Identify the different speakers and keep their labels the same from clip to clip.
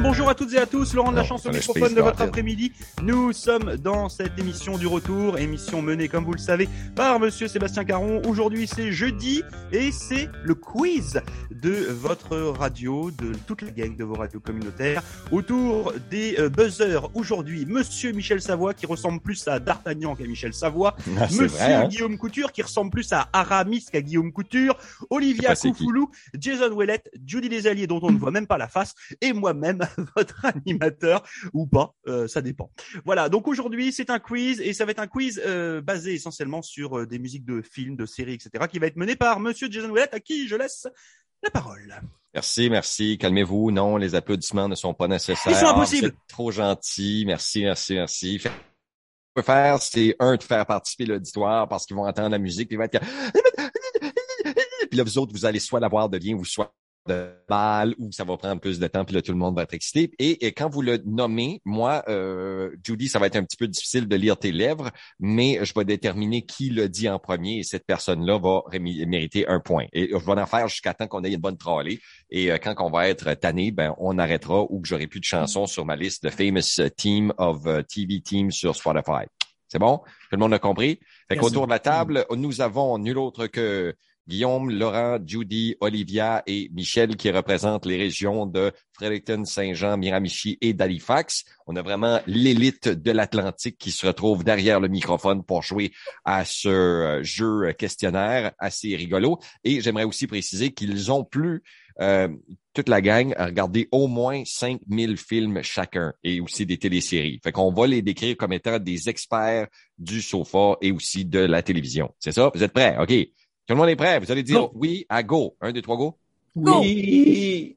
Speaker 1: bonjour à toutes et à tous, Laurent de la
Speaker 2: Non,
Speaker 1: Chance au
Speaker 2: ça laisse
Speaker 1: microphone
Speaker 2: Space
Speaker 1: de votre
Speaker 2: Garden.
Speaker 1: après-midi. Nous sommes dans cette émission du retour, émission menée comme vous le savez par monsieur Sébastien Caron. Aujourd'hui c'est jeudi et c'est le quiz de votre radio, de toute la gang de vos radios communautaires autour des euh, buzzers. Aujourd'hui monsieur Michel Savoie qui ressemble plus à D'Artagnan qu'à Michel Savoie,
Speaker 2: Ah, c'est
Speaker 1: monsieur
Speaker 2: vrai, hein.
Speaker 1: Guillaume Couture qui ressemble plus à Aramis qu'à Guillaume Couture, Olivia
Speaker 2: Je sais pas c'est qui.
Speaker 1: Koufoulou, Jason Ouellet, Julie Desalliés dont on ne voit même pas la face, et moi-même, votre animateur, ou pas, euh, ça dépend. Voilà, donc aujourd'hui c'est un quiz, et ça va être un quiz euh, basé essentiellement sur euh, des musiques de films, de séries, etc., qui va être mené par monsieur Jason Ouellet, à qui je laisse la parole.
Speaker 2: Merci, merci. Calmez-vous. Non, les applaudissements ne sont pas nécessaires.
Speaker 1: Ils sont impossibles.
Speaker 2: Ah, vous êtes trop gentil. Merci, merci, merci. Fait- Ce qu'on peut faire, c'est un, de faire participer l'auditoire parce qu'ils vont entendre la musique, puis ils vont être comme- Puis là, vous autres, vous allez soit l'avoir de lien ou soit de mal ou ça va prendre plus de temps puis là tout le monde va être excité et, et quand vous le nommez moi euh, Judy ça va être un petit peu difficile de lire tes lèvres mais je vais déterminer qui le dit en premier et cette personne là va ré- mériter un point et je vais en faire jusqu'à temps qu'on ait une bonne trolley et euh, quand on va être tanné, ben on arrêtera ou que j'aurai plus de chansons sur ma liste de famous team of euh, TV team sur Spotify. C'est bon? Tout le monde a compris? Fait
Speaker 1: Merci.
Speaker 2: qu'autour de la table, nous avons nul autre que Guillaume, Laurent, Judy, Olivia et Michel qui représentent les régions de Fredericton, Saint-Jean, Miramichi et d'Halifax. On a vraiment l'élite de l'Atlantique qui se retrouve derrière le microphone pour jouer à ce euh, jeu questionnaire assez rigolo. Et j'aimerais aussi préciser qu'ils ont plus euh, toute la gang a regardé au moins 5000 films chacun et aussi des téléséries. Fait qu'on va les décrire comme étant des experts du sofa et aussi de la télévision. C'est ça? Vous êtes prêts? OK. Tout le monde est prêt? Vous allez dire
Speaker 1: Go.
Speaker 2: oui à go. Un, deux, trois, go.
Speaker 3: Go.
Speaker 2: Oui!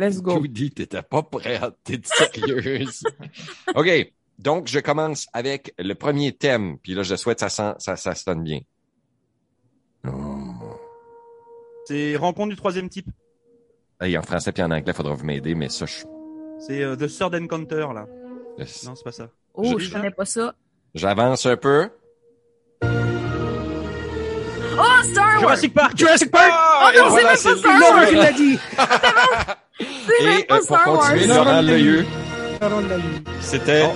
Speaker 3: Let's go.
Speaker 2: Judy, t'étais pas prête. T'es sérieuse. OK. Donc, je commence avec le premier thème. Puis là, je souhaite ça, sent- ça, ça sonne bien. Oh.
Speaker 1: C'est Rencontre du troisième type,
Speaker 2: Hey, en français puis en anglais, faudra vous m'aider, mais ça, je...
Speaker 1: c'est euh, The Third Encounter là. Non, c'est pas ça.
Speaker 3: Oh,
Speaker 1: Je-
Speaker 3: je connais pas ça.
Speaker 2: J'avance un peu.
Speaker 3: Oh, Star Wars!
Speaker 1: Jurassic Park
Speaker 2: Jurassic Park!
Speaker 3: Oh non, c'est
Speaker 2: Ah, Et
Speaker 3: même pas
Speaker 2: c'est
Speaker 3: Star
Speaker 2: le-
Speaker 3: Wars!
Speaker 4: Laurent qui l'a dit.
Speaker 3: C'est même
Speaker 2: Et euh,
Speaker 3: pas
Speaker 2: pour
Speaker 3: Star Wars!
Speaker 2: continuer,
Speaker 4: Wars.
Speaker 2: Laurent
Speaker 4: Non,
Speaker 2: Leyeux,
Speaker 4: Laurent l'a eu.
Speaker 2: c'était...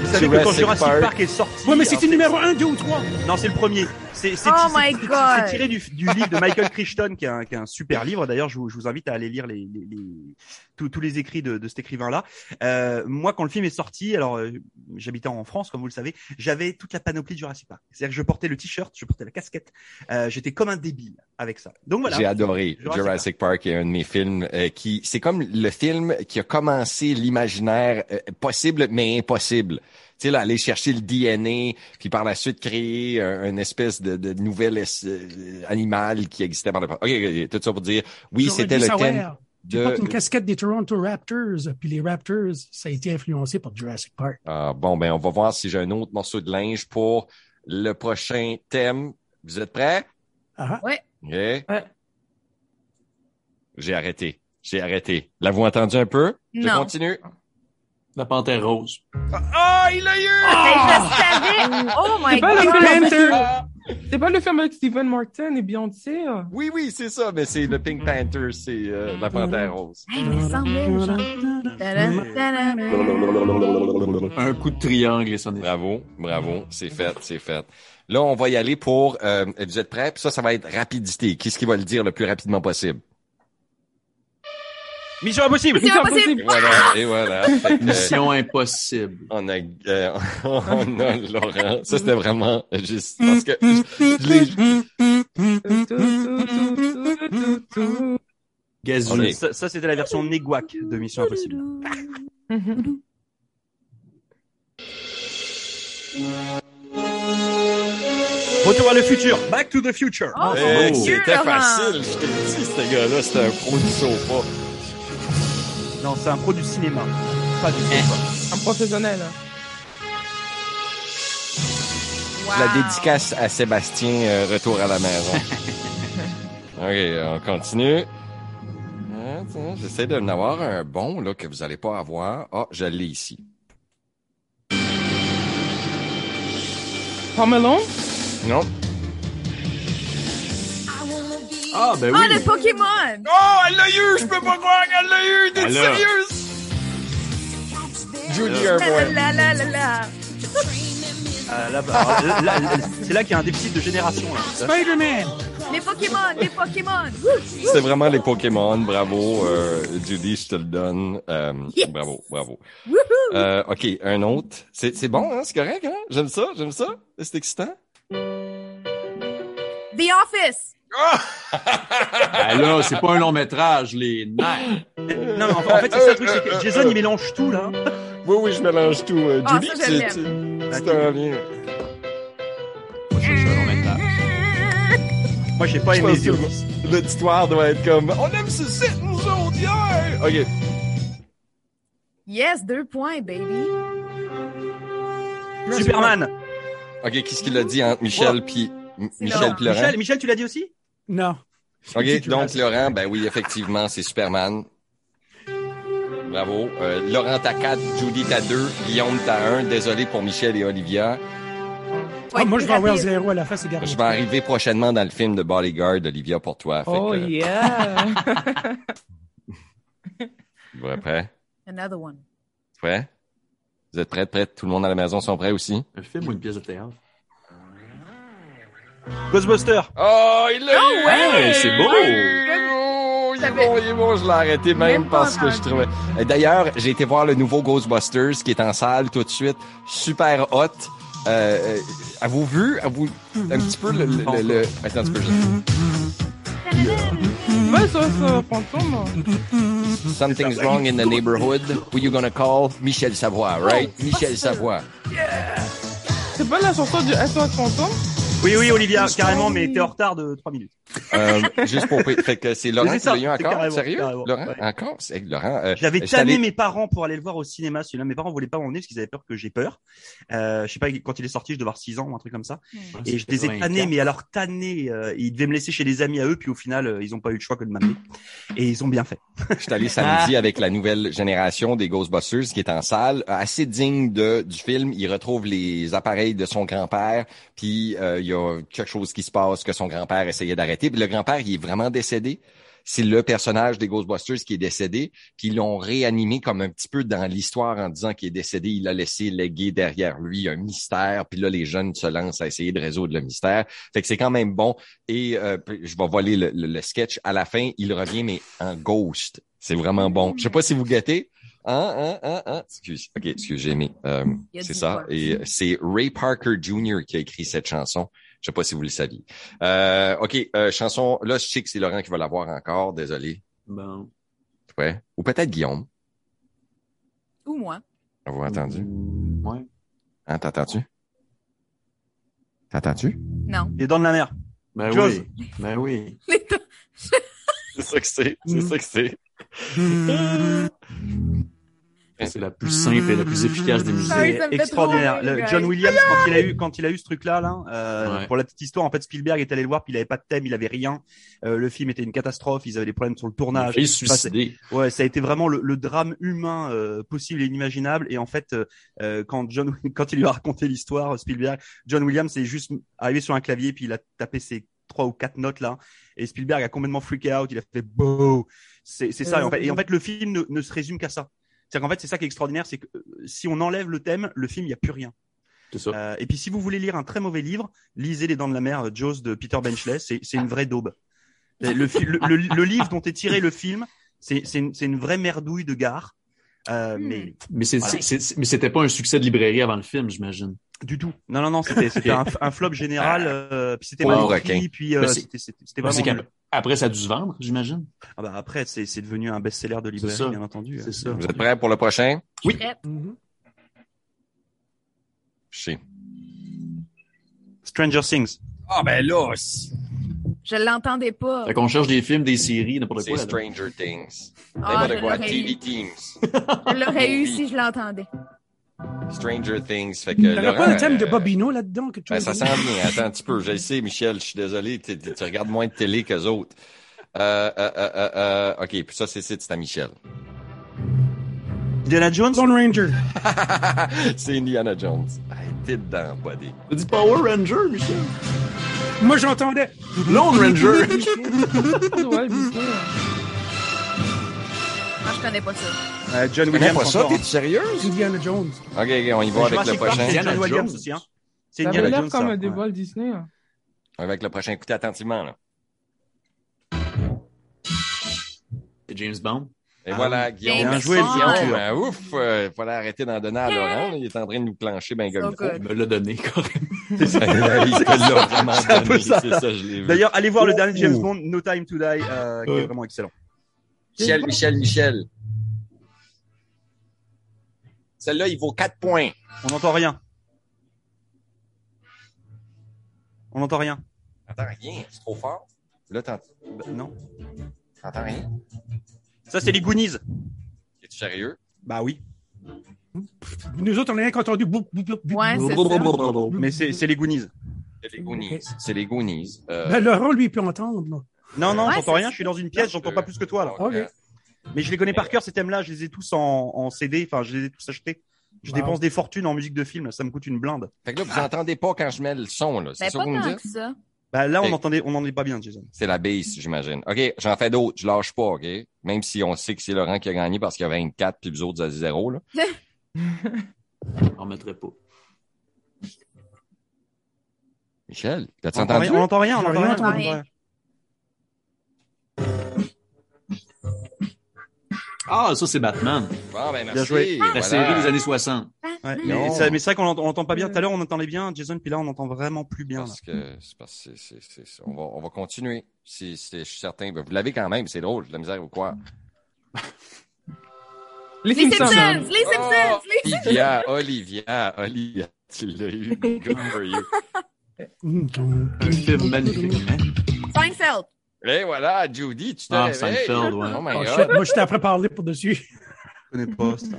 Speaker 1: Vous savez que quand
Speaker 2: Jurassic
Speaker 1: Jurassic Park,
Speaker 2: Park.
Speaker 1: est sorti.
Speaker 4: Ouais, mais
Speaker 1: en
Speaker 4: c'était
Speaker 1: fait,
Speaker 4: numéro 1, 2 ou 3.
Speaker 1: Non, c'est le premier. C'est c'est-
Speaker 3: Oh
Speaker 1: c'est-
Speaker 3: my
Speaker 1: c'est-
Speaker 3: God.
Speaker 1: c'est tiré du, du livre de Michael Crichton, qui est un, qui est un super livre. D'ailleurs, je vous, je vous invite à aller lire les, les- les- tous, tous les écrits de, de cet écrivain-là. Euh, moi, quand le film est sorti, alors euh, j'habitais en France, comme vous le savez, j'avais toute la panoplie de Jurassic Park. C'est-à-dire que je portais le t-shirt, je portais la casquette. Euh, J'étais comme un débile avec ça. Donc voilà.
Speaker 2: J'ai adoré
Speaker 1: Jurassic
Speaker 2: Jurassic, Park est un de mes films euh, qui c'est comme le film qui a commencé l'imaginaire euh, possible mais impossible. Tu sais là aller chercher le DNA puis par la suite créer un, une espèce de, de nouvel es- euh, animal qui existait par le passé. OK, OK, tout ça pour dire oui,
Speaker 4: J'aurais
Speaker 2: c'était
Speaker 4: dû
Speaker 2: le
Speaker 4: savoir.
Speaker 2: thème
Speaker 4: Tu portes une
Speaker 2: de
Speaker 4: casquette des Toronto Raptors, puis les Raptors, ça a été influencé par Jurassic Park.
Speaker 2: Ah, bon ben on va voir si j'ai un autre morceau de linge pour le prochain thème. Vous êtes prêts
Speaker 4: Ah, ah.
Speaker 2: OK. J'ai arrêté. J'ai arrêté. L'avez-vous entendu un peu Je
Speaker 3: Non.
Speaker 2: continue.
Speaker 5: La panthère rose.
Speaker 2: Ah, il l'a eu!
Speaker 3: Hey, je le savais! Oh my
Speaker 6: C'est pas le
Speaker 3: god!
Speaker 6: film.
Speaker 4: Panther.
Speaker 6: C'est pas le film avec Steven Morton et Beyoncé. euh?
Speaker 2: Oui, oui, c'est ça, mais c'est le Pink Panther, c'est euh, la Panthère Rose.
Speaker 3: Hey, il me semblait, genre. Tadam, tadam.
Speaker 5: Un coup de triangle et son effet.
Speaker 2: Bravo, bravo, c'est fait, c'est fait. Là, on va y aller pour... euh, vous êtes prêts? Puis ça, ça va être rapidité. Qu'est-ce qui va le dire le plus rapidement possible?
Speaker 1: Mission impossible.
Speaker 3: C'est impossible!
Speaker 2: Et voilà, et voilà. Fait que, euh,
Speaker 5: Mission impossible.
Speaker 2: on, a, euh, on a Laurent. Ça, c'était vraiment juste... Parce que je, je l'ai-
Speaker 6: Mm-hmm.
Speaker 2: On
Speaker 5: Gazou.
Speaker 2: est-
Speaker 1: Ça, ça, c'était la version Neguac de Mission Impossible.
Speaker 6: Mm-hmm.
Speaker 1: Retour à le futur. Back to the future.
Speaker 3: Oh,
Speaker 2: Eh,
Speaker 5: mon Dieu,
Speaker 2: c'était
Speaker 3: Laurent.
Speaker 2: facile, je t'ai dit, ce gars-là, c'était un pro du sofa.
Speaker 1: Non, c'est un pro du cinéma. Pas du
Speaker 2: Eh.
Speaker 1: cinéma.
Speaker 6: Un professionnel. hein.
Speaker 2: La
Speaker 3: Wow.
Speaker 7: Ah.
Speaker 2: dédicace à Sébastien, euh, retour à la maison. OK, on continue. Ah, tiens, J'essaie de en avoir un bon là, que vous n'allez pas avoir. Ah, je l'ai ici.
Speaker 6: Tom Malone?
Speaker 2: Non.
Speaker 5: Ah, ben
Speaker 3: Oh,
Speaker 5: oui.
Speaker 3: le Pokémon!
Speaker 2: Ah, Oh, elle l'a eu! Je peux pas croire qu'elle l'a eu!
Speaker 5: Alors.
Speaker 2: sérieuse? Julie Hermoine.
Speaker 7: La, la, la, la.
Speaker 1: Ah, là, bah, alors, là, là, c'est là qu'il y a un déficit de génération. là.
Speaker 4: Spider-Man!
Speaker 7: Les Pokémon, les Pokémon.
Speaker 2: C'est vraiment les Pokémon. Bravo, euh, Judy, je te le donne. Euh,
Speaker 7: Yes.
Speaker 2: Bravo, bravo.
Speaker 7: Wouhou.
Speaker 2: Euh, OK, un autre. C'est c'est bon, hein? C'est correct, hein? J'aime ça, j'aime ça. C'est excitant.
Speaker 7: The Office.
Speaker 5: Ben là, c'est pas un long métrage, les nerfs.
Speaker 1: Non, mais en, en fait, c'est ça le truc, c'est que Jason, il mélange tout, là.
Speaker 2: Oui, oui, je mélange tout. euh,
Speaker 7: Ah,
Speaker 2: Julie,
Speaker 7: ça, je
Speaker 2: tu
Speaker 7: l'aime.
Speaker 2: tu- tu
Speaker 1: Bah,
Speaker 2: t'en viens.
Speaker 1: Moi, j'ai pas
Speaker 2: Je
Speaker 1: aimé
Speaker 2: pense
Speaker 1: The
Speaker 2: que-
Speaker 1: Office.
Speaker 2: L'auditoire doit être comme On aime ce site, nous autres, yeah! OK.
Speaker 7: Yes, deux points, baby.
Speaker 1: Superman.
Speaker 2: OK, qu'est-ce qu'il a dit entre Michel puis M-
Speaker 7: C'est
Speaker 2: Michel
Speaker 7: Laurent.
Speaker 2: puis Laurent?
Speaker 1: Michel, Michel, tu l'as dit aussi
Speaker 4: Non.
Speaker 2: OK, donc Laurent, ben oui, effectivement, c'est Superman. Bravo. Euh, Laurent, t'as 4, Judy, t'as 2, Guillaume, t'as 1. Désolé pour Michel et Olivia.
Speaker 4: Ah, moi, je vais avoir
Speaker 7: rapide.
Speaker 4: zéro à la fin, c'est
Speaker 2: Je
Speaker 4: garanti.
Speaker 2: vais arriver prochainement dans le film de Bodyguard, Olivia, pour toi. Fait
Speaker 6: Oh
Speaker 2: que, euh,
Speaker 6: yeah!
Speaker 2: vous êtes prêts?
Speaker 7: Another one.
Speaker 2: Prêts? Vous êtes prêts, prêtes? Tout le monde à la maison sont prêts aussi?
Speaker 5: Un film ou une pièce de théâtre?
Speaker 1: Ghostbuster.
Speaker 2: Oh, il l'a eu!
Speaker 5: Hey, Ah c'est beau!
Speaker 2: Oh, il est bon, il est bon, je l'ai arrêté même
Speaker 7: Même pas
Speaker 2: parce que je trouvais. Euh, D'ailleurs, j'ai été voir le nouveau Ghostbusters qui est en salle tout de suite, super hot. Euh, euh, avez-vous vu, avez-vous un petit peu le, le, le- le- Attends, tu peux juste-
Speaker 6: Moi, ça, ça, fantôme. hein.
Speaker 2: Something's wrong in the neighborhood. Who you gonna call? Michel
Speaker 1: Oh,
Speaker 2: Savoie, right? Michel Savoie.
Speaker 6: C'est pas la chanson du SOS fantôme?
Speaker 1: Oui, oui, Olivia, carrément, mais t'es en retard de 3 minutes.
Speaker 2: Euh, juste pour fait que c'est Laurent
Speaker 1: C'est
Speaker 2: qui l'a
Speaker 1: ça,
Speaker 2: eu
Speaker 1: c'est
Speaker 2: encore,
Speaker 1: carrément,
Speaker 2: sérieux?
Speaker 1: carrément,
Speaker 2: Laurent,
Speaker 1: ouais.
Speaker 2: encore? C'est Laurent. euh,
Speaker 1: J'avais
Speaker 2: je
Speaker 1: tanné
Speaker 2: t'avais-
Speaker 1: mes parents pour aller le voir au cinéma, celui-là. Mes parents voulaient pas m'emmener parce qu'ils avaient peur que j'ai peur. Euh, je sais pas, quand il est sorti, je devais avoir 6 ans ou un truc comme ça. Et je les ai tannés, mais alors tannés, euh, ils devaient me laisser chez les amis à eux, puis au final, euh, ils ont pas eu le choix que de m'amener. Et ils ont bien fait.
Speaker 2: Je suis allé samedi avec la nouvelle génération des Ghostbusters qui est en salle, assez digne de du film. Il retrouve les appareils de son grand-père, puis euh, il y a quelque chose qui se passe que son grand-père essayait d'arrêter. Puis le grand-père, il est vraiment décédé. C'est le personnage des Ghostbusters qui est décédé, puis ils l'ont réanimé comme un petit peu dans l'histoire en disant qu'il est décédé, il a laissé léguer derrière lui un mystère, puis là les jeunes se lancent à essayer de résoudre le mystère. Fait que c'est quand même bon. Et euh, je vais voler le, le- le sketch. À la fin, il revient, mais en ghost. C'est vraiment bon. Je sais pas si vous gâtez. Hein, hein, hein, hein. Excuse. OK, excuse, j'ai aimé. Euh,
Speaker 7: Il y a
Speaker 2: c'est
Speaker 7: du
Speaker 2: ça.
Speaker 7: poids.
Speaker 2: Et euh, c'est Ray Parker Jr. qui a écrit cette chanson. Je sais pas si vous le saviez. Euh, OK, euh, chanson. Là, je sais que c'est Laurent qui va l'avoir encore. Désolé.
Speaker 5: Bon.
Speaker 2: Ouais. Ou peut-être Guillaume.
Speaker 7: Ou moi.
Speaker 2: Avoir entendu.
Speaker 5: Ouais.
Speaker 2: Hein, t'entends-tu? T'entends-tu?
Speaker 7: Non.
Speaker 1: Les dents de la mer.
Speaker 5: Ben
Speaker 1: Jaws.
Speaker 5: oui. Ben oui.
Speaker 7: Les temps-
Speaker 2: C'est ça que c'est.
Speaker 4: C'est ça
Speaker 2: que c'est.
Speaker 7: Mmh.
Speaker 5: C'est la plus simple et la plus efficace des musiques.
Speaker 7: Sorry,
Speaker 1: C'est
Speaker 7: Ah ça me fait
Speaker 1: extraordinaire.
Speaker 7: trop rire,
Speaker 1: Le-
Speaker 7: guys.
Speaker 1: John Williams, quand il a
Speaker 7: Ah
Speaker 1: eu, quand il a eu ce truc-là, là, euh,
Speaker 5: Ouais.
Speaker 1: pour la petite histoire, en fait, Spielberg est allé le voir, puis il avait pas de thème, il avait rien. Euh, le film était une catastrophe, ils avaient des problèmes sur le tournage.
Speaker 5: Il
Speaker 1: Enfin, c'est-
Speaker 5: suicidé.
Speaker 1: Ouais, ça a été vraiment le, le drame humain euh, possible et inimaginable. Et en fait, euh, euh, quand John, quand il lui a raconté l'histoire, euh, Spielberg, John Williams est juste arrivé sur un clavier puis il a tapé ses trois ou quatre notes là. Et Spielberg a complètement freaké out. Il a fait beau. C'est c'est ça. Et en, fait, et en fait, le film ne, ne se résume qu'à ça. C'est qu'en fait, c'est ça qui est extraordinaire, c'est que euh, si on enlève le thème, le film, il n'y a plus rien.
Speaker 5: C'est ça.
Speaker 1: Euh, et puis, si vous voulez lire un très mauvais livre, lisez Les Dents de la Mer, euh, Jaws de Peter Benchley. C'est c'est une vraie daube. Le, fi- le- le- le livre dont est tiré le film, c'est c'est une, c'est une vraie merdouille de gare. Euh,
Speaker 7: Hmm.
Speaker 1: Mais
Speaker 5: Mais c'est-
Speaker 1: Voilà.
Speaker 5: c'est- c'est- mais c'était pas un succès de librairie avant le film, j'imagine.
Speaker 1: du tout. Non, non, non, c'était c'était un, un flop général. euh, puis c'était mal
Speaker 2: Pauvre
Speaker 1: écrit, puis euh,
Speaker 5: Mais c'est-
Speaker 1: c'était c'était- c'était
Speaker 5: C'est
Speaker 1: vraiment.
Speaker 5: qu'ap- Après, ça a dû se vendre, j'imagine.
Speaker 1: nul. Ah bah, après, c'est c'est devenu un best-seller de
Speaker 5: C'est
Speaker 1: librairie,
Speaker 5: ça.
Speaker 1: bien entendu.
Speaker 5: C'est ça.
Speaker 2: Vous êtes prêts pour le prochain?
Speaker 4: Mhm.
Speaker 2: Je sais.
Speaker 1: Stranger Things.
Speaker 2: Ah, ben là,
Speaker 7: Je l'entendais pas.
Speaker 5: Fait qu'on cherche des films, des séries, n'importe
Speaker 2: C'est
Speaker 5: quoi. là.
Speaker 2: Stranger Things.
Speaker 7: Ah,
Speaker 2: N'importe
Speaker 7: je
Speaker 2: quoi.
Speaker 7: l'aurais
Speaker 2: TV
Speaker 7: eu.
Speaker 2: Teams.
Speaker 7: Je l'aurais eu si je l'entendais.
Speaker 2: Stranger Things. Fait que
Speaker 4: T'aurais
Speaker 2: Laurent,
Speaker 4: pas le thème de
Speaker 2: euh,
Speaker 4: Bobino là-dedans? quelque
Speaker 2: ben,
Speaker 4: chose
Speaker 2: ça
Speaker 4: de-
Speaker 2: s'en vient. Attends un petit peu. Je le sais, Michel. Je suis désolé. Tu, tu- tu regardes moins de télé qu'eux autres. Euh, euh, euh, euh, euh, OK. Puis ça, c'est c'est c'est à Michel.
Speaker 1: Indiana Jones.
Speaker 4: Lone Ranger.
Speaker 2: c'est Indiana Jones. Hey, T'es dedans, buddy.
Speaker 5: T'as dit Power Ranger, Michel.
Speaker 4: Moi, j'entendais.
Speaker 5: Lone Ranger.
Speaker 6: Ouais, bizarre.
Speaker 7: Moi, je connais pas ça.
Speaker 1: Euh, John
Speaker 2: Tu connais
Speaker 1: Williams.
Speaker 2: pas ça?
Speaker 1: encore,
Speaker 2: T'es
Speaker 1: hein.
Speaker 2: sérieuse?
Speaker 4: Indiana Jones.
Speaker 2: OK, OK, on y va
Speaker 1: Mais
Speaker 2: avec
Speaker 1: Jurassic
Speaker 2: le
Speaker 1: Park,
Speaker 2: prochain.
Speaker 1: C'est
Speaker 5: Indiana
Speaker 1: John Williams
Speaker 5: Jones.
Speaker 1: aussi, hein. C'est
Speaker 6: Ça avait
Speaker 1: Indiana
Speaker 6: l'air
Speaker 1: Jones.
Speaker 6: comme
Speaker 1: ça.
Speaker 6: des
Speaker 1: Ouais.
Speaker 6: vols Disney. hein.
Speaker 2: Avec le prochain. Écoutez attentivement, là.
Speaker 5: C'est James Bond.
Speaker 2: Et
Speaker 1: Ah
Speaker 2: voilà, Guillaume.
Speaker 1: Bien
Speaker 2: merci,
Speaker 1: joué,
Speaker 7: Vincent.
Speaker 2: Guillaume. Ah, ouf, euh, fallait arrêter d'en donner à Laurent. là. Il est en train de nous plancher ben comme
Speaker 7: So
Speaker 2: il
Speaker 7: good.
Speaker 5: Il me l'a donné, correct.
Speaker 2: faut. Il te l'a vraiment
Speaker 1: C'est un peu
Speaker 2: donné,
Speaker 1: ça.
Speaker 2: C'est ça, je l'ai vu.
Speaker 1: D'ailleurs, allez voir le dernier
Speaker 2: Ouh.
Speaker 1: James Bond, No Time to Die, euh, qui est vraiment excellent.
Speaker 2: Michel, Michel, Michel. Celle-là, il vaut 4 points.
Speaker 1: On n'entend rien. On n'entend rien.
Speaker 2: Attends, rien, c'est trop fort. Là, t'ent- ben,
Speaker 1: Non.
Speaker 2: t'entends rien.
Speaker 1: Ça, c'est les Goonies.
Speaker 2: Es-tu sérieux?
Speaker 1: Bah oui.
Speaker 4: Nous autres, on a rien qu'entendu. Boup, boup, boup, boup.
Speaker 7: Ouais, c'est ça.
Speaker 5: Blablabla.
Speaker 1: Oh, Mais c'est c'est les Goonies.
Speaker 2: C'est les Goonies. C'est les Goonies. Euh,
Speaker 4: Ben, Laurent, lui, il peut entendre. Là.
Speaker 1: Non, non,
Speaker 7: Ouais,
Speaker 1: j'entends
Speaker 7: c'est
Speaker 1: rien.
Speaker 7: ça.
Speaker 1: Je suis dans une pièce, j'entends pas plus que toi, là.
Speaker 4: Ok.
Speaker 1: Mais je les connais par cœur, ces thèmes-là. Je les ai tous en, en CD. Enfin, je les ai tous achetés. Je
Speaker 4: Wow.
Speaker 1: dépense des fortunes en musique de film. Ça me coûte une blinde.
Speaker 2: Fait que là, vous entendez pas quand je mets le son, là. C'est
Speaker 7: Mais
Speaker 2: ça que
Speaker 7: Ben, pas
Speaker 2: vous me
Speaker 7: tant
Speaker 2: dites?
Speaker 7: que ça.
Speaker 1: Bah là, on
Speaker 2: Et-
Speaker 1: entendait, on n'en est pas bien, Jason.
Speaker 2: C'est la base, j'imagine. OK, j'en fais d'autres. Je lâche pas, OK? Même si on sait que c'est Laurent qui a gagné parce qu'il y a 24 puis vous autres à 0, là.
Speaker 5: On mettrait pas.
Speaker 2: Michel, t'as-tu
Speaker 1: On n'entend
Speaker 2: entendu?
Speaker 1: rien, on n'entend rien, on
Speaker 4: J'ai
Speaker 1: n'entend
Speaker 4: rien
Speaker 1: rien.
Speaker 7: entendu.
Speaker 1: on n'entend rien.
Speaker 5: Ah, ça, c'est Batman.
Speaker 2: Bon, ben, merci.
Speaker 1: Bien joué.
Speaker 5: La
Speaker 2: Voilà.
Speaker 5: série des années 60.
Speaker 1: Ouais, mais,
Speaker 2: Non.
Speaker 1: ça- mais c'est vrai qu'on l'ent- on l'entend pas bien. Tout à l'heure, on entendait bien Jason, puis là, on n'entend vraiment plus bien. là.
Speaker 2: Parce que c'est parce que c'est- c'est- c'est- on va on va continuer. Si c'est- je suis certain, Ben, vous l'avez quand même, c'est drôle, j'ai de la misère à vous croire.
Speaker 6: Les
Speaker 7: Les Simpsons!
Speaker 6: Simpsons.
Speaker 7: Les Simpsons! les-
Speaker 2: Olivia, Olivia, Olivia, tu l'as eu. Good for you.
Speaker 4: Mm,
Speaker 5: Un film magnifique. hein.
Speaker 7: Seinfeld!
Speaker 2: Et voilà, Judy, tu te
Speaker 5: Ah,
Speaker 2: réveilles.
Speaker 5: Seinfeld, ouais. Ah,
Speaker 2: Oh my
Speaker 4: Oh, shit,
Speaker 2: God.
Speaker 4: moi, j'étais après parler pour dessus.
Speaker 1: Je connais pas ça.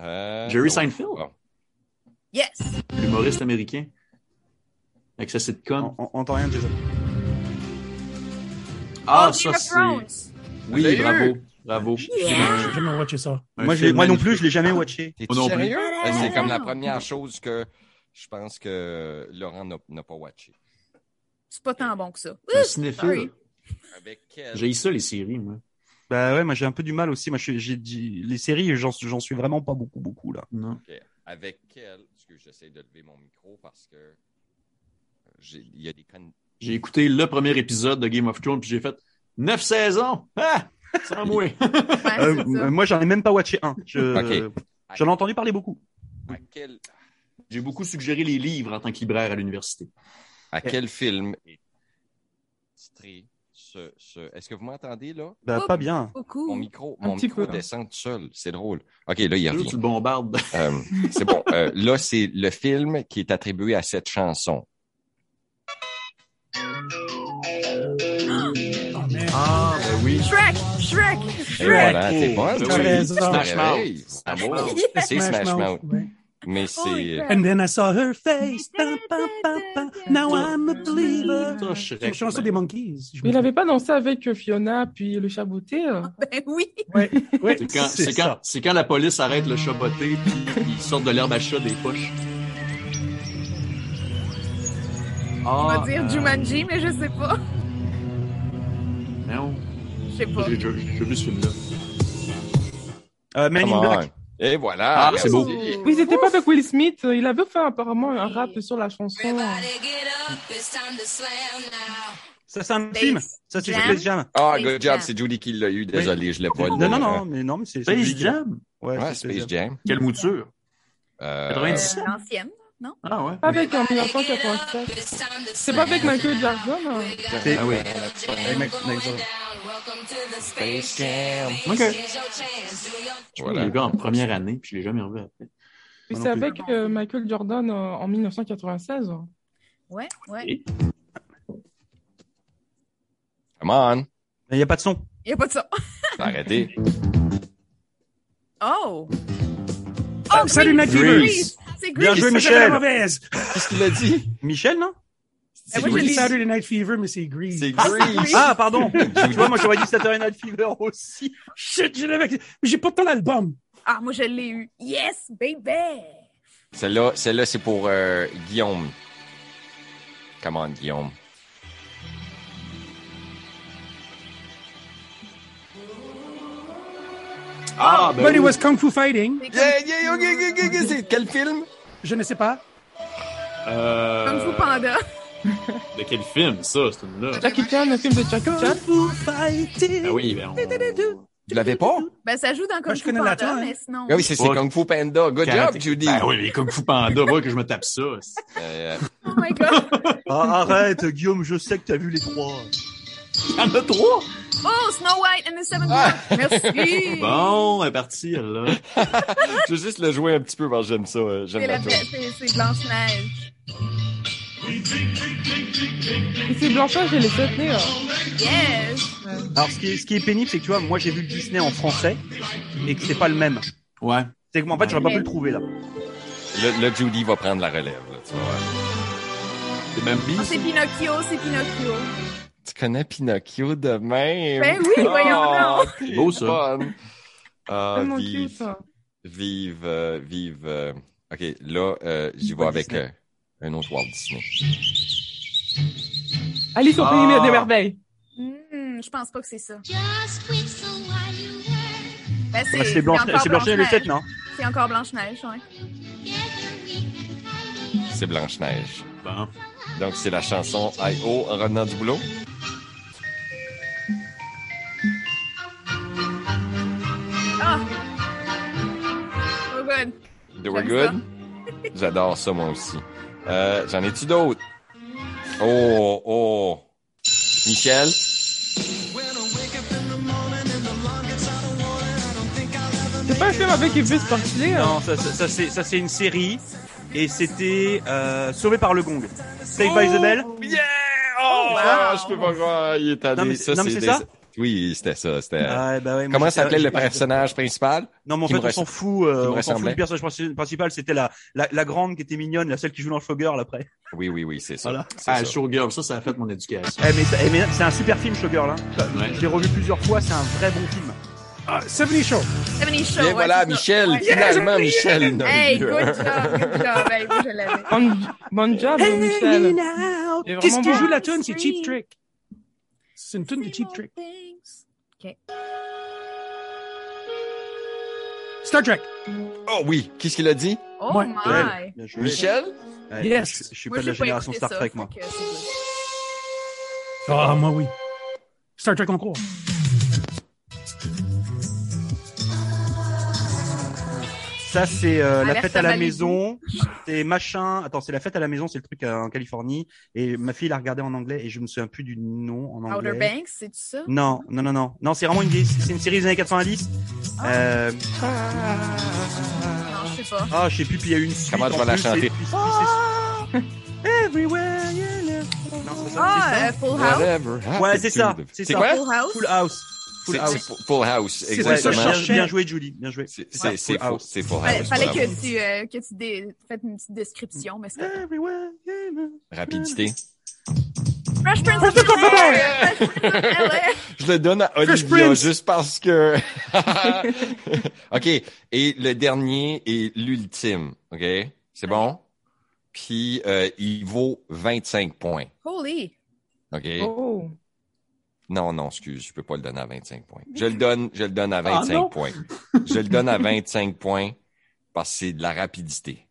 Speaker 2: Euh,
Speaker 5: Jerry
Speaker 2: oh.
Speaker 5: Seinfeld,
Speaker 2: Oh.
Speaker 7: Yes!
Speaker 5: l'humoriste Hein? américain. Avec sa sitcom.
Speaker 1: On on- on n'entend rien, Jason.
Speaker 5: Ah,
Speaker 7: Oh,
Speaker 5: ça,
Speaker 7: Game of
Speaker 5: c'est...
Speaker 7: Thrones!
Speaker 5: Oui,
Speaker 2: Salut.
Speaker 5: bravo. Bravo.
Speaker 4: J'ai jamais watché ça.
Speaker 5: Un
Speaker 1: Moi, je l'ai-
Speaker 5: film
Speaker 1: moi non plus,
Speaker 5: magnifique.
Speaker 1: je l'ai jamais watché.
Speaker 2: T'es-tu
Speaker 5: Moi non plus.
Speaker 2: sérieux?
Speaker 7: Ah,
Speaker 2: Ben, C'est
Speaker 7: ah,
Speaker 2: comme la
Speaker 7: ah.
Speaker 2: première chose que je pense que Laurent n'a- n'a pas watché.
Speaker 7: C'est pas tant bon que ça.
Speaker 5: Un
Speaker 7: Sorry.
Speaker 5: cinéphile.
Speaker 2: Avec quel-
Speaker 5: J'ai eu ça, les séries, moi.
Speaker 1: Bah ouais, moi j'ai un peu du mal aussi. Moi, je suis- j'ai dit les séries, j'en j'en suis vraiment pas beaucoup, beaucoup là.
Speaker 5: Non.
Speaker 2: Ok. Avec quel... Excuse, j'essaie de lever mon micro parce que j'ai- il y a des connes.
Speaker 5: J'ai écouté le premier épisode de Game of Thrones, puis j'ai fait neuf saisons! Ah! Sans moi!
Speaker 7: Ouais, c'est
Speaker 1: Euh,
Speaker 7: ça.
Speaker 1: euh, moi, j'en ai même pas watché un. Je...
Speaker 2: Ok.
Speaker 1: J'en ai entendu parler beaucoup.
Speaker 2: À quel,
Speaker 5: J'ai beaucoup suggéré les livres en tant que libraire à l'université.
Speaker 2: à quel film est Eh. titré ce... ce... Est-ce que vous m'entendez, là?
Speaker 1: Bah,
Speaker 7: Oups.
Speaker 1: pas bien.
Speaker 2: Mon
Speaker 7: Beaucoup.
Speaker 2: micro,
Speaker 6: Un
Speaker 2: mon
Speaker 6: petit
Speaker 2: micro
Speaker 6: peu.
Speaker 2: descend tout seul. C'est drrôle. OK, là, il
Speaker 5: Là,
Speaker 2: revient.
Speaker 5: tu le bombardes.
Speaker 2: Euh, c'est bon. Euh, là, c'est le film qui est attribué à cette chanson.
Speaker 4: Oh, merde.
Speaker 5: Ah, ben oui.
Speaker 7: Shrek! Shrek!
Speaker 2: Et
Speaker 7: Shrek!
Speaker 2: voilà, t'es bonne.
Speaker 5: Ben
Speaker 4: oui.
Speaker 2: Hey,
Speaker 4: Smash
Speaker 5: Mouth.
Speaker 2: Smash
Speaker 5: Smash
Speaker 2: Mouth.
Speaker 5: Mouth.
Speaker 2: Ah C'est Smash Mouth.
Speaker 4: ouais.
Speaker 2: Mais c'est...
Speaker 7: crap.
Speaker 4: And then I saw her face. Pa, pa, pa, pa. Now I'm a believer.
Speaker 5: Ça, je
Speaker 4: C'est une
Speaker 5: serais-
Speaker 4: chanson des Monkeys. Je
Speaker 6: Mais il
Speaker 4: me-
Speaker 6: avait pas dansé avec euh, Fiona puis le chat bouté. euh.
Speaker 7: Ben oui!
Speaker 4: Ouais, ouais,
Speaker 5: C'est quand,
Speaker 4: c'est
Speaker 5: c'est quand,
Speaker 4: ça.
Speaker 5: c'est quand la police arrête le chat botté, puis ils sortent de l'herbe à chat des poches.
Speaker 7: On
Speaker 5: Ah,
Speaker 7: va dire
Speaker 5: euh,
Speaker 7: Jumanji, mais je sais pas.
Speaker 5: Non,
Speaker 7: Je sais pas.
Speaker 5: j'ai déjà j'ai vu ce film-là.
Speaker 1: Euh, Men
Speaker 2: Come
Speaker 1: in
Speaker 2: on.
Speaker 1: Black.
Speaker 2: Et voilà.
Speaker 5: Ah, c'est beau.
Speaker 2: merci.
Speaker 7: Oh.
Speaker 6: Oui, c'était pas avec Will Smith. euh, Il avait fait apparemment un rap sur la chanson. euh.
Speaker 8: Everybody get up, it's time to slam now.
Speaker 1: Ça, c'est un
Speaker 7: Space
Speaker 1: film. Ça, c'est
Speaker 7: Jam.
Speaker 1: Space Jam.
Speaker 2: Ah,
Speaker 7: Space
Speaker 2: good
Speaker 7: Jam.
Speaker 2: job. C'est Julie qui l'a eu. Désolé, je l'ai pas
Speaker 1: Non,
Speaker 2: lu.
Speaker 1: non, non, mais non, mais c'est. c'est-
Speaker 5: Space Jam?
Speaker 1: Ouais,
Speaker 2: Ouais,
Speaker 1: c'est Space Jam.
Speaker 2: Jam.
Speaker 5: Quelle mouture!
Speaker 2: Euh,
Speaker 5: 90.
Speaker 7: Euh, L'ancienne.
Speaker 5: Ah ouais?
Speaker 6: Pas avec en
Speaker 8: Everybody get up,
Speaker 6: 1997.
Speaker 8: it's time to
Speaker 6: C'est
Speaker 8: slam
Speaker 6: pas avec
Speaker 8: now.
Speaker 6: Michael Jordan. euh.
Speaker 8: We got
Speaker 1: C'est-
Speaker 8: the
Speaker 5: Ah oui.
Speaker 8: real jam
Speaker 1: Avec Max-
Speaker 8: going
Speaker 1: Max Jam.
Speaker 8: down. Welcome to the
Speaker 2: Space
Speaker 8: Space
Speaker 2: Jam.
Speaker 8: Jam.
Speaker 5: Ok.
Speaker 8: Here's your chance, do your
Speaker 5: Je
Speaker 2: Voilà.
Speaker 5: l'ai vu en première année, puis je l'ai jamais revu après.
Speaker 6: Puis
Speaker 1: Moi
Speaker 6: c'est
Speaker 1: non plus.
Speaker 6: avec euh, Michael Jordan euh, en 1996. hein.
Speaker 7: Ouais, ouais.
Speaker 5: Et-
Speaker 2: Come on.
Speaker 1: Il n'y a pas de son.
Speaker 7: Y a pas de ça.
Speaker 2: Arrêtez.
Speaker 7: Oh!
Speaker 4: Ah, Salut, Nat Givers.
Speaker 7: Grease. C'est
Speaker 1: Bien
Speaker 7: Grease!
Speaker 1: joué,
Speaker 4: Ça, j'avais la
Speaker 1: Michel.
Speaker 4: mauvaise.
Speaker 2: Qu'est-ce qu'il a dit?
Speaker 1: Michel, non
Speaker 7: Ah, moi,
Speaker 4: J'ai
Speaker 7: je
Speaker 4: dit
Speaker 7: l'ai-
Speaker 4: Saturday Night Fever, mais c'est Grease.
Speaker 2: C'est Grease.
Speaker 1: Ah, pardon. tu vois, moi, j'aurais dit Saturday Night Fever aussi.
Speaker 4: Ah, Shit, je l'avais. Mais j'ai pourtant l'album.
Speaker 7: Ah, moi, je l'ai eu. Yes, baby!
Speaker 2: Celle-là, celle-là, c'est pour euh, Guillaume. Come on, Guillaume.
Speaker 5: Ah, ben
Speaker 4: But it
Speaker 5: oui.
Speaker 4: was Kung Fu Fighting.
Speaker 7: C'est comme-
Speaker 2: Yeah, yeah, ok, ok, ok, ok, c'est quel film?
Speaker 4: Je ne sais pas.
Speaker 5: Euh,
Speaker 7: Comme vous, Panda.
Speaker 5: De quel film, ça, c'est une là
Speaker 6: Jackie Chan, le film de Jackie Chan.
Speaker 4: Fu Fighting.
Speaker 5: Ah oui, ben on...
Speaker 2: Vous l'avez pas?
Speaker 7: Ben, ça joue dans Kung
Speaker 4: je
Speaker 7: Fu
Speaker 4: connais la hein.
Speaker 7: Panda,
Speaker 4: tonne.
Speaker 7: mais sinon.
Speaker 2: Ah oui, c'est c'est
Speaker 5: Ouais.
Speaker 2: Kung Fu Panda. Good job,
Speaker 5: Karate-
Speaker 2: Judy.
Speaker 5: Ben oui, mais Kung Fu Panda, voilà que je me tape ça.
Speaker 2: Euh,
Speaker 7: Oh my god.
Speaker 1: Ah, arrête, Guillaume, je sais que t'as vu les trois.
Speaker 5: Il y en a trois!
Speaker 7: Oh, Snow White and the Seven
Speaker 2: Ah.
Speaker 7: Dwarfs. Merci.
Speaker 5: Bon, elle est partie, elle, là.
Speaker 2: je vais juste le jouer un petit peu parce que j'aime ça. euh, J'aime
Speaker 7: C'est
Speaker 2: la
Speaker 7: la-
Speaker 2: tour.
Speaker 7: c'est- c'est Blanche-Neige.
Speaker 6: Et C'est Blanchard, je l'ai fait tenir.
Speaker 7: Yes.
Speaker 1: Alors, ce qui est, ce qui est pénible, c'est que tu vois, moi, j'ai vu le Disney en français et que c'est pas le même.
Speaker 5: Ouais.
Speaker 1: C'est que, moi, en fait, j'aurais pas pu le trouver, là.
Speaker 2: Le, le Judy va prendre la relève. Là, tu, vas voir.
Speaker 5: C'est Bambi.
Speaker 7: Oh, c'est Pinocchio, c'est Pinocchio.
Speaker 2: Tu connais Pinocchio de même?
Speaker 7: Ben oui, voyons
Speaker 2: Oh,
Speaker 7: donc.
Speaker 2: t'es
Speaker 5: Beau, ça.
Speaker 2: bonne. Ah,
Speaker 6: Tellement cute,
Speaker 2: vive,
Speaker 6: ça.
Speaker 2: vive, euh, vive. euh, OK, là, euh, j'y vais avec euh, un autre Walt Disney.
Speaker 6: Alice au
Speaker 5: Ah.
Speaker 6: pays des merveilles.
Speaker 7: Hmm, je pense pas que c'est ça.
Speaker 8: Just whistle while you work.
Speaker 7: Ben,
Speaker 2: Ah,
Speaker 1: Ouais, Ah, c'est Blanche,
Speaker 7: encore
Speaker 1: c'est Blanche et les
Speaker 7: Blanche-Neige.
Speaker 1: sept, non?
Speaker 7: C'est encore Blanche-Neige, ouais.
Speaker 8: Together we can find
Speaker 2: C'est Blanche-Neige.
Speaker 5: Bon.
Speaker 2: Donc, c'est la chanson I.O. Renan Duboulot.
Speaker 7: Ah. Oh good.
Speaker 2: They were good.
Speaker 7: J'aime
Speaker 2: J'adore ça, moi aussi. Euh, J'en ai-tu d'autres? Oh, oh. Michel?
Speaker 6: C'est pas un film avec Elvis Presley. hein.
Speaker 1: Non, ça, ça, ça, c'est, ça, c'est une série et c'était euh, Sauvé par le Gong. Saved by the Bell.
Speaker 2: Yeah! Oh,
Speaker 7: Oh, wow.
Speaker 2: ah, je peux pas croire. Il est allé.
Speaker 1: Non, mais- non, mais c'est
Speaker 2: des-
Speaker 1: ça?
Speaker 2: Oui, c'était ça. C'était... euh,
Speaker 1: Ah, bah ouais, moi,
Speaker 2: Comment
Speaker 1: j'étais-
Speaker 2: s'appelait le
Speaker 1: j'étais-
Speaker 2: personnage principal?
Speaker 1: Non, mais en
Speaker 2: qui
Speaker 1: fait,
Speaker 2: me
Speaker 1: on s'en fout. euh, on s'en
Speaker 2: qui me
Speaker 1: fout
Speaker 2: ressemblait.
Speaker 1: du personnage princi- principal. C'était la, la, la grande qui était mignonne, la seule qui joue dans le Showgirl après.
Speaker 2: Oui, oui, oui, c'est ça.
Speaker 1: Voilà.
Speaker 2: C'est
Speaker 5: Ah,
Speaker 2: ça.
Speaker 5: Showgirl, ça, ça a fait mon éducation.
Speaker 1: Eh, mais, ça- eh, mais c'est un super film, Showgirl. Hein.
Speaker 5: Ouais.
Speaker 1: Je l'ai revu plusieurs fois. C'est un vrai bon film.
Speaker 4: Ah, 70 Show.
Speaker 7: Seventy Show.
Speaker 2: Et
Speaker 7: ouais,
Speaker 2: voilà,
Speaker 7: c'est ça.
Speaker 2: Michel.
Speaker 7: Ouais.
Speaker 2: Finalement, Michel. en a
Speaker 7: Hey,
Speaker 2: eu
Speaker 7: good
Speaker 2: un.
Speaker 7: job, good job. Hey, moi, je l'avais.
Speaker 6: Bon, bon job, Michel. Il est vraiment
Speaker 4: Qu'est-ce qui
Speaker 6: bon.
Speaker 4: joue la tune? C'est Cheap Trick. C'est une tune de Cheap Trick. Star Trek.
Speaker 2: Oh oui, qu'est-ce qu'il a dit?
Speaker 7: Oh
Speaker 4: Ouais.
Speaker 7: my.
Speaker 1: Bien joué.
Speaker 2: Michel?
Speaker 1: Ouais,
Speaker 4: Yes.
Speaker 1: Je, je suis
Speaker 7: Moi,
Speaker 1: pas de
Speaker 7: j'ai
Speaker 1: la génération
Speaker 7: écouté
Speaker 1: Star Trek,
Speaker 7: ça,
Speaker 1: moi.
Speaker 7: fait que c'est good.
Speaker 4: Ah, moi oui. Star Trek en cours.
Speaker 1: Ça, c'est euh, la
Speaker 7: Alerte
Speaker 1: fête à la
Speaker 7: à Malibu.
Speaker 1: maison. C'est machin. Attends, c'est la fête à la maison. C'est le truc euh, en Californie. Et ma fille l'a regardé en anglais et je me souviens plus du nom en anglais.
Speaker 7: Outer Banks, c'est ça?
Speaker 1: Non, non, non, non. Non, c'est vraiment une, c'est une série des années 90.
Speaker 7: Ah.
Speaker 1: Euh,
Speaker 7: Non, je sais pas.
Speaker 1: ah, je sais plus, puis il y a eu une suite.
Speaker 2: Comment tu
Speaker 1: en
Speaker 2: vas la
Speaker 1: plus,
Speaker 2: chanter?
Speaker 1: et puis- puis c'est- Everywhere you look. Non, c'est ça,
Speaker 7: Ah,
Speaker 1: c'est
Speaker 7: euh, Full House.
Speaker 2: Whatever
Speaker 1: ça.
Speaker 2: happened
Speaker 1: Ouais, c'est
Speaker 2: to
Speaker 1: ça.
Speaker 2: the-
Speaker 1: C'est
Speaker 2: C'est
Speaker 1: ça.
Speaker 2: quoi?
Speaker 7: Full House.
Speaker 1: Full House. Full
Speaker 2: C'est-
Speaker 1: House.
Speaker 2: c'est Full House,
Speaker 4: C'est ça,
Speaker 1: Ouais,
Speaker 4: je
Speaker 2: exactement.
Speaker 1: bien,
Speaker 4: cherchais.
Speaker 1: bien joué, Julie. Bien joué.
Speaker 2: C'est c'est- c'est
Speaker 1: Full
Speaker 2: Full
Speaker 1: House.
Speaker 2: c'est Full
Speaker 7: Fallait,
Speaker 2: House.
Speaker 7: fallait
Speaker 2: bravo.
Speaker 7: que tu, euh, que tu dé... fasses une petite description, mais c'est
Speaker 1: Everywhere you look.
Speaker 2: Rapidité.
Speaker 7: Fresh Prince of Bel-Air! Fresh Prince of Bel-Air!
Speaker 2: Je le donne à
Speaker 4: Fresh
Speaker 2: Olivia
Speaker 4: Prince.
Speaker 2: juste parce que. OK. Et le dernier et l'ultime. OK? C'est bon? Puis, euh, il vaut 25 points.
Speaker 7: Holy!
Speaker 2: OK?
Speaker 6: Oh.
Speaker 2: Non, non, excuse, je peux pas le donner à 25 points. Je le donne, je le donne à 25
Speaker 5: non.
Speaker 2: points. Je le donne à 25 points parce que c'est de la rapidité.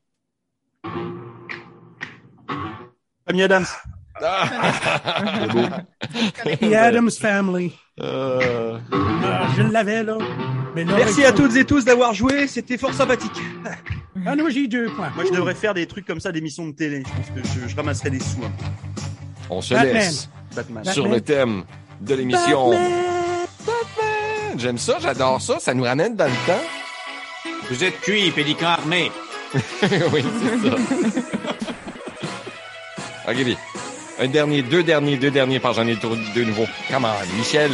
Speaker 1: Famille Adams.
Speaker 2: Ah!
Speaker 4: The Adams Family.
Speaker 2: Euh,
Speaker 4: Ah, je l'avais, là. Mais là
Speaker 1: Merci à toutes et tous d'avoir joué. C'était fort sympathique.
Speaker 4: Ah, non, moi, j'ai eu deux points.
Speaker 1: Moi, je devrais faire des trucs comme ça, des missions de télé. Je pense que je, je ramasserais des sous, hein.
Speaker 2: On se
Speaker 4: Batman.
Speaker 2: laisse
Speaker 5: Bah,
Speaker 1: Batman.
Speaker 4: Batman.
Speaker 2: sur le thème de l'émission. Batman! J'aime ça, j'adore ça, ça nous ramène dans le temps.
Speaker 5: Vous êtes cuit, pélican armé.
Speaker 2: oui, c'est ça. OK, bien. Un dernier, deux derniers, deux derniers, parce que j'en ai tour- deux nouveaux. Come on, Michel.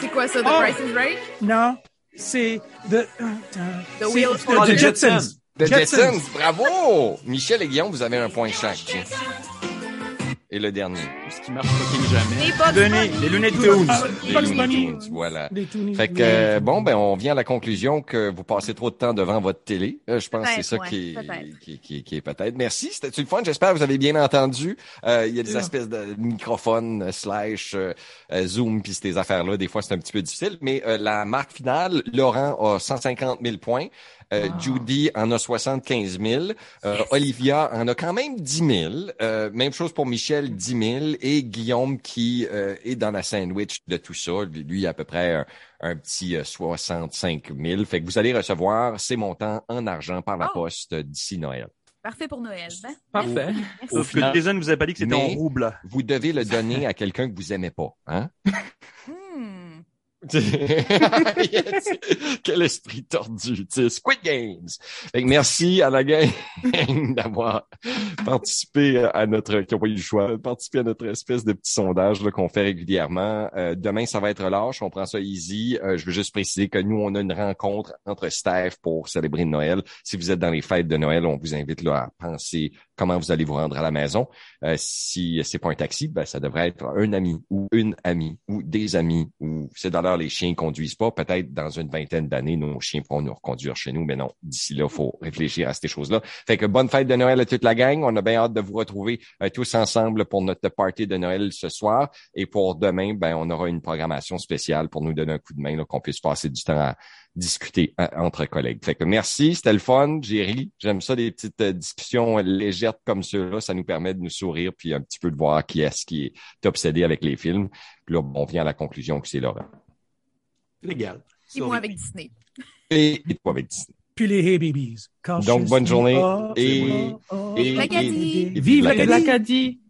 Speaker 7: C'est quoi ça, The
Speaker 4: Oh.
Speaker 7: Price is Right?
Speaker 4: Non, c'est The... euh,
Speaker 7: The
Speaker 4: c'est-
Speaker 7: Wheel
Speaker 4: c'est
Speaker 7: for
Speaker 4: The
Speaker 5: the
Speaker 4: Jetsons.
Speaker 5: Jetsons.
Speaker 2: The
Speaker 4: Jetsons.
Speaker 2: Jetsons, bravo! Michel et Guillaume, vous avez un point chaque. tiens. Et le dernier.
Speaker 5: Ce qui marche fucking jamais.
Speaker 7: Les Bugs
Speaker 1: Denis,
Speaker 7: Bunny.
Speaker 1: les lunettes
Speaker 4: Ah,
Speaker 5: Toons.
Speaker 2: Les
Speaker 4: Bugs
Speaker 2: Looney
Speaker 4: Bunny.
Speaker 2: Tunes, Voilà.
Speaker 4: Des Toonies.
Speaker 2: Fait que, euh, bon, ben, on vient à la conclusion que vous passez trop de temps devant votre télé. Euh, je pense que c'est
Speaker 7: Peut-être,
Speaker 2: ça
Speaker 7: ouais,
Speaker 2: qui, est,
Speaker 7: peut-être.
Speaker 2: qui, qui- qui est peut-être. Merci, c'était le fun. J'espère que vous avez bien entendu. Euh, il y a des
Speaker 4: Ouais.
Speaker 2: espèces de microphones, euh, slash, euh, euh, Zoom, puis ces affaires-là. Des fois, c'est un petit peu difficile. Mais euh, la marque finale, Laurent a 150 000 points. Euh,
Speaker 6: Wow.
Speaker 2: Judy en a 75 000. Euh, Olivia en a quand même 10 000. Euh, même chose pour Michel, 10 000. Et Guillaume qui euh, est dans la sandwich de tout ça. Lui, Lui, à peu près un, un petit euh, 65 000. Fait que vous allez recevoir ces montants en argent par la
Speaker 7: Oh.
Speaker 2: poste d'ici Noël.
Speaker 7: Parfait pour Noël. hein?
Speaker 6: Parfait.
Speaker 7: Merci.
Speaker 5: Au
Speaker 1: Sauf que
Speaker 5: final-
Speaker 1: Jason vous a pas dit que c'était en
Speaker 2: Mais-
Speaker 1: rouble.
Speaker 2: Vous devez le donner à quelqu'un que vous aimez pas. Hein?
Speaker 7: Hmm.
Speaker 2: Yes. Quel esprit tordu. tu sais. Squid Games. Fait que merci à la gang d'avoir participé à notre qui ont pas eu le choix, participé à notre espèce de petit sondage là, qu'on fait régulièrement. Euh, demain, ça va être lâche, on prend ça easy. Euh, je veux juste préciser que nous, on a une rencontre entre staff pour célébrer Noël. Si vous êtes dans les fêtes de Noël, on vous invite là, à penser comment vous allez vous rendre à la maison. Euh, si c'est pas un taxi, ben, ça devrait être un ami ou une amie ou des amis ou c'est dans l'heure les chiens ne conduisent pas. Peut-être dans une vingtaine d'années, nos chiens pourront nous reconduire chez nous, mais non, d'ici là, faut réfléchir à ces choses-là. Fait que bonne fête de Noël à toute la gang. On a bien hâte de vous retrouver euh, tous ensemble pour notre party de Noël ce soir. Et pour demain, ben, on aura une programmation spéciale pour nous donner un coup de main, là, qu'on puisse passer du temps à discuter euh, entre collègues. Fait que merci, c'était le fun, j'ai ri. J'aime ça, des petites euh, discussions légères comme ceux-là. Ça nous permet de nous sourire puis un petit peu de voir qui est-ce qui est obsédé avec les films. Puis là, on vient à la conclusion que c'est Laurent.
Speaker 5: Légal.
Speaker 7: Et moi avec Disney.
Speaker 2: Et, et toi avec Disney.
Speaker 4: Puis les Hey Babies. Cautious.
Speaker 2: Donc, bonne journée
Speaker 4: Ah,
Speaker 2: et-
Speaker 4: ah, ah.
Speaker 2: et-
Speaker 7: L'acadie.
Speaker 2: et-
Speaker 4: Vive
Speaker 2: L'acadie.
Speaker 4: l'Acadie.
Speaker 6: L'Acadie.